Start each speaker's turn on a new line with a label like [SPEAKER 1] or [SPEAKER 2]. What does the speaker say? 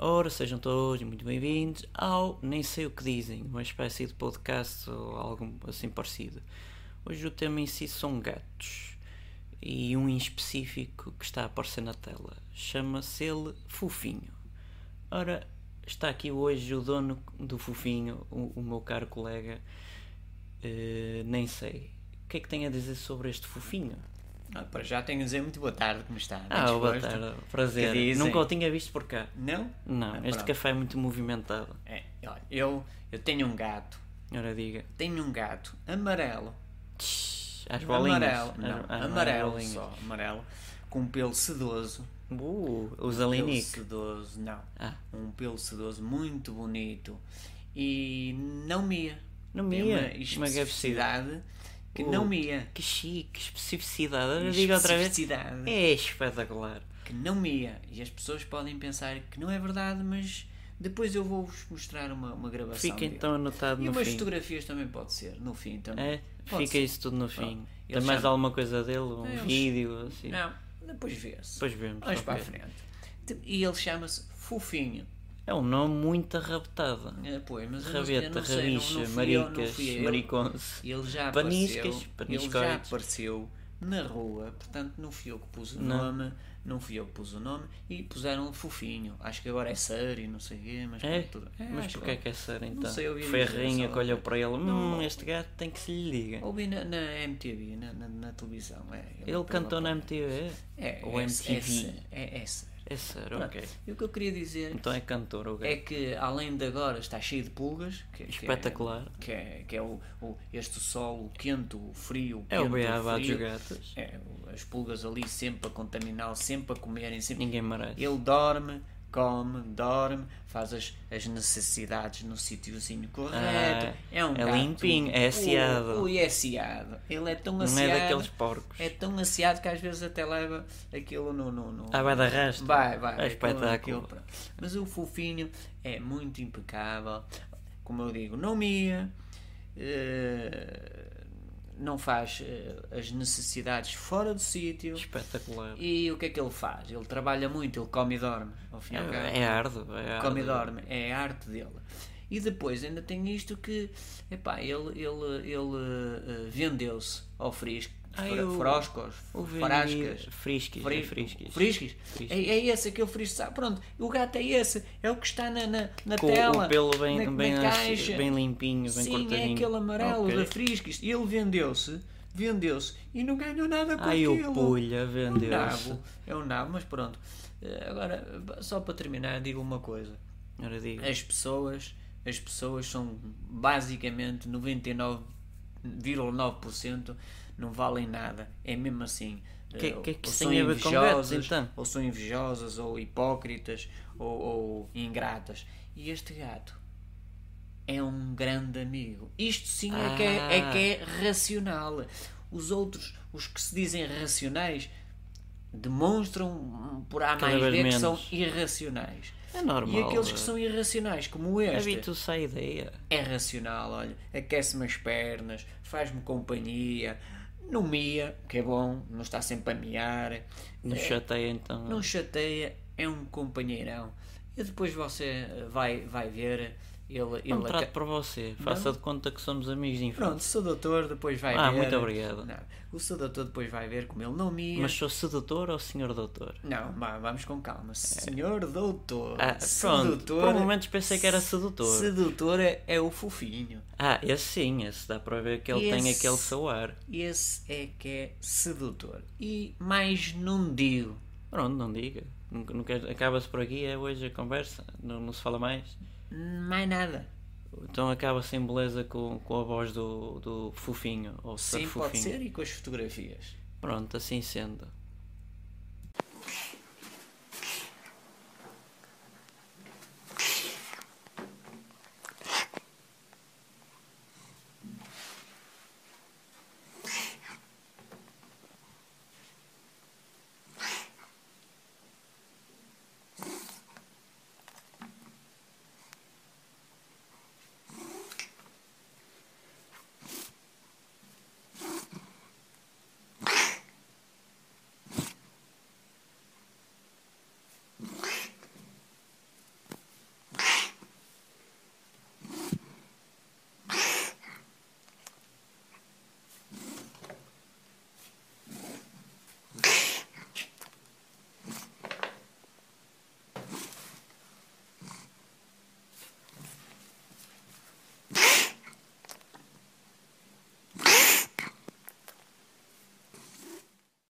[SPEAKER 1] Ora, sejam todos muito bem-vindos ao Nem Sei O Que Dizem, uma espécie de podcast ou algo assim parecido. Hoje o tema em si são gatos e um em específico que está a aparecer na tela. Chama-se ele Fofinho. Ora, está aqui hoje o dono do Fofinho, o, o meu caro colega. eh, nem sei. O que é que tem a dizer sobre este Fofinho?
[SPEAKER 2] Ah, para já tenho a dizer muito boa tarde, como está? Bem
[SPEAKER 1] Ah, boa
[SPEAKER 2] disposto?
[SPEAKER 1] tarde, prazer.
[SPEAKER 2] Que dizem?
[SPEAKER 1] Nunca o tinha visto por cá.
[SPEAKER 2] Não?
[SPEAKER 1] Não,
[SPEAKER 2] Ah,
[SPEAKER 1] este
[SPEAKER 2] pronto.
[SPEAKER 1] café é muito movimentado.
[SPEAKER 2] É, olha, eu, eu tenho um gato,
[SPEAKER 1] Ora, diga.
[SPEAKER 2] tenho um gato amarelo.
[SPEAKER 1] Tsh, As bolinhas.
[SPEAKER 2] Amarelo,
[SPEAKER 1] As-
[SPEAKER 2] não,
[SPEAKER 1] ah, as
[SPEAKER 2] amarelo
[SPEAKER 1] bolinhas.
[SPEAKER 2] só, amarelo, com um pelo sedoso.
[SPEAKER 1] Uh, os
[SPEAKER 2] Um pelo
[SPEAKER 1] alinic.
[SPEAKER 2] sedoso, não.
[SPEAKER 1] Ah.
[SPEAKER 2] Um pelo sedoso muito bonito e não mia.
[SPEAKER 1] Não
[SPEAKER 2] Tem
[SPEAKER 1] mia, é
[SPEAKER 2] Uma
[SPEAKER 1] uma
[SPEAKER 2] especificidade que
[SPEAKER 1] Uh,
[SPEAKER 2] não mia.
[SPEAKER 1] Que chique, especificidade. Ora, diga outra vez.
[SPEAKER 2] Especificidade.
[SPEAKER 1] É espetacular.
[SPEAKER 2] que não mia. E as pessoas podem pensar que não é verdade, mas depois eu vou-vos mostrar uma, uma gravação.
[SPEAKER 1] Fica
[SPEAKER 2] dele.
[SPEAKER 1] então anotado
[SPEAKER 2] E
[SPEAKER 1] no
[SPEAKER 2] umas
[SPEAKER 1] fim.
[SPEAKER 2] fotografias também pode ser, no fim também.
[SPEAKER 1] É?
[SPEAKER 2] Pode
[SPEAKER 1] Fica
[SPEAKER 2] ser.
[SPEAKER 1] isso tudo no fim.
[SPEAKER 2] ele
[SPEAKER 1] Tem mais
[SPEAKER 2] chama-
[SPEAKER 1] alguma coisa dele? Um
[SPEAKER 2] Eles-
[SPEAKER 1] vídeo? Assim?
[SPEAKER 2] Não, depois vê-se.
[SPEAKER 1] Depois vemos.
[SPEAKER 2] Vamos para a
[SPEAKER 1] ok.
[SPEAKER 2] frente. E ele chama-se Fofinho.
[SPEAKER 1] É um nome muito arrabetado.
[SPEAKER 2] É, pois, mas eu não- eu
[SPEAKER 1] Rabeta,
[SPEAKER 2] não sei, não-
[SPEAKER 1] rabicha,
[SPEAKER 2] não fui eu, não
[SPEAKER 1] maricas,
[SPEAKER 2] fui eu.
[SPEAKER 1] mariconce.
[SPEAKER 2] Ele já
[SPEAKER 1] Paniscas,
[SPEAKER 2] apareceu. Ele já
[SPEAKER 1] paniscoides.
[SPEAKER 2] apareceu na rua, portanto não fui eu que pus o
[SPEAKER 1] Não.
[SPEAKER 2] nome, não fui eu que pus o nome e puseram fofinho. Acho que agora é sério, não sei o quê, mas
[SPEAKER 1] É?
[SPEAKER 2] pronto, tudo.
[SPEAKER 1] Mas
[SPEAKER 2] acho
[SPEAKER 1] porquê é que é ser então?
[SPEAKER 2] sei, eu vi
[SPEAKER 1] Foi a
[SPEAKER 2] dizer
[SPEAKER 1] rainha
[SPEAKER 2] só.
[SPEAKER 1] que olhou para ele. Hum,
[SPEAKER 2] Não.
[SPEAKER 1] este gato tem que se lhe diga.
[SPEAKER 2] Ouvi na, na MTV, na, na- na televisão. É,
[SPEAKER 1] Ele cantou na MTV?
[SPEAKER 2] É,
[SPEAKER 1] Ou
[SPEAKER 2] é, É,
[SPEAKER 1] MTV?
[SPEAKER 2] sério, é, é sério.
[SPEAKER 1] É sério,
[SPEAKER 2] Pronto.
[SPEAKER 1] ok.
[SPEAKER 2] E o que eu queria dizer
[SPEAKER 1] Então é cantor o
[SPEAKER 2] é
[SPEAKER 1] gato.
[SPEAKER 2] que além de agora está cheio de pulgas, que, que é-
[SPEAKER 1] Espetacular.
[SPEAKER 2] que é, que é o, o- este sol, o quente, o frio, o
[SPEAKER 1] É
[SPEAKER 2] quente,
[SPEAKER 1] o beabá dos
[SPEAKER 2] frio.
[SPEAKER 1] gatos.
[SPEAKER 2] É, o- as pulgas ali sempre a contaminar, sempre a comerem, sempre.
[SPEAKER 1] Ninguém merece. é
[SPEAKER 2] Ele dorme, come, dorme, faz as, as necessidades no sítiozinho correto. é um
[SPEAKER 1] é
[SPEAKER 2] gato.
[SPEAKER 1] limpinho, é assiado.
[SPEAKER 2] Ui, é assiado. Ele é tão
[SPEAKER 1] Não
[SPEAKER 2] assiado.
[SPEAKER 1] é daqueles porcos.
[SPEAKER 2] É tão assiado que às vezes até leva aquilo no. no, no-
[SPEAKER 1] Ah, vai de arrasto?
[SPEAKER 2] Vai, vai.
[SPEAKER 1] É
[SPEAKER 2] aquilo
[SPEAKER 1] espetáculo.
[SPEAKER 2] naquilo, pronto. Mas o fofinho é muito impecável. Como eu digo, não mia, eh, não faz eh, as necessidades fora do sítio.
[SPEAKER 1] Espetacular.
[SPEAKER 2] E o que é que ele faz? Ele trabalha muito, ele come e dorme. Ao fim e ao cabo.
[SPEAKER 1] É, é árduo, é árduo.
[SPEAKER 2] Come e dorme, é a arte dele. E depois ainda tem isto que, epá, ele, ele, ele eh, vendeu-se ao Frisco,
[SPEAKER 1] Ai,
[SPEAKER 2] fra-
[SPEAKER 1] o-
[SPEAKER 2] froscos,
[SPEAKER 1] O
[SPEAKER 2] frascas,
[SPEAKER 1] Frisquis. Frisquis.
[SPEAKER 2] fri-
[SPEAKER 1] é Frisquis.
[SPEAKER 2] frisquis.
[SPEAKER 1] Frisquis.
[SPEAKER 2] É, é esse, aquele frisco, sabe? Pronto, o gato é esse, é o que está na, na, na
[SPEAKER 1] Com
[SPEAKER 2] tela,
[SPEAKER 1] o pelo bem,
[SPEAKER 2] na,
[SPEAKER 1] bem,
[SPEAKER 2] na caixa.
[SPEAKER 1] bem limpinho, bem
[SPEAKER 2] Sim,
[SPEAKER 1] cortadinho.
[SPEAKER 2] é aquele amarelo
[SPEAKER 1] Ok.
[SPEAKER 2] da Frisquis. E ele vendeu-se, vendeu-se e não ganhou nada com
[SPEAKER 1] Ai,
[SPEAKER 2] aquilo.
[SPEAKER 1] o pulha,
[SPEAKER 2] Um
[SPEAKER 1] vendeu-se.
[SPEAKER 2] nabo, é um nabo, mas pronto. Eh, Agora, só para terminar, digo uma coisa.
[SPEAKER 1] Ora, diga.
[SPEAKER 2] As pessoas, as pessoas são basicamente 99,9% não valem nada. É mesmo assim.
[SPEAKER 1] Que-
[SPEAKER 2] Eh,
[SPEAKER 1] que é que
[SPEAKER 2] ou
[SPEAKER 1] isso
[SPEAKER 2] são
[SPEAKER 1] tem a ver com gatos,
[SPEAKER 2] invejosas,
[SPEAKER 1] então?
[SPEAKER 2] ou são invejosas, ou hipócritas, ou, ou ingratas. E este gato é um grande amigo. Isto sim é, que é, é
[SPEAKER 1] Ah.
[SPEAKER 2] que é racional. Os outros, os que se dizem racionais, demonstram hum, por A
[SPEAKER 1] Cada
[SPEAKER 2] mais
[SPEAKER 1] vez
[SPEAKER 2] B que são
[SPEAKER 1] menos.
[SPEAKER 2] irracionais.
[SPEAKER 1] É normal.
[SPEAKER 2] E aqueles que são irracionais, como este,
[SPEAKER 1] Habito-se à ideia.
[SPEAKER 2] é racional, olha, aquece-me as pernas, faz-me companhia, não mia, que é bom, não está sempre a miar,
[SPEAKER 1] Não chateia então.
[SPEAKER 2] É. não chateia, é um companheirão. E depois você eh, vai, vai ver, ele... ele
[SPEAKER 1] Não um trato
[SPEAKER 2] aca-
[SPEAKER 1] por você. Faça de conta que somos amigos de infância.
[SPEAKER 2] Pronto, o seu doutor depois vai
[SPEAKER 1] Ah,
[SPEAKER 2] ver...
[SPEAKER 1] muito obrigado.
[SPEAKER 2] Não, o seu doutor depois vai ver como ele não mia...
[SPEAKER 1] Mas sou sedutor ou senhor doutor?
[SPEAKER 2] Não, vá- vamos com calma. Senhor doutor,
[SPEAKER 1] Ah, pronto. Por
[SPEAKER 2] sedutor...
[SPEAKER 1] momentos pensei que era sedutor.
[SPEAKER 2] Sedutor é, é o fofinho.
[SPEAKER 1] Ah, esse sim, esse dá para ver que ele tem
[SPEAKER 2] Esse-
[SPEAKER 1] aquele soar.
[SPEAKER 2] Esse é que é sedutor. E mais não digo.
[SPEAKER 1] Pronto, não diga. Não- não quer- Acaba-se por aqui, é hoje a conversa, não, não se fala mais.
[SPEAKER 2] Mais nada.
[SPEAKER 1] Então acaba-se em beleza com, com a voz do, do fofinho, ou ser
[SPEAKER 2] Sim,
[SPEAKER 1] fofinho.
[SPEAKER 2] pode ser e com as fotografias.
[SPEAKER 1] Pronto, assim sendo.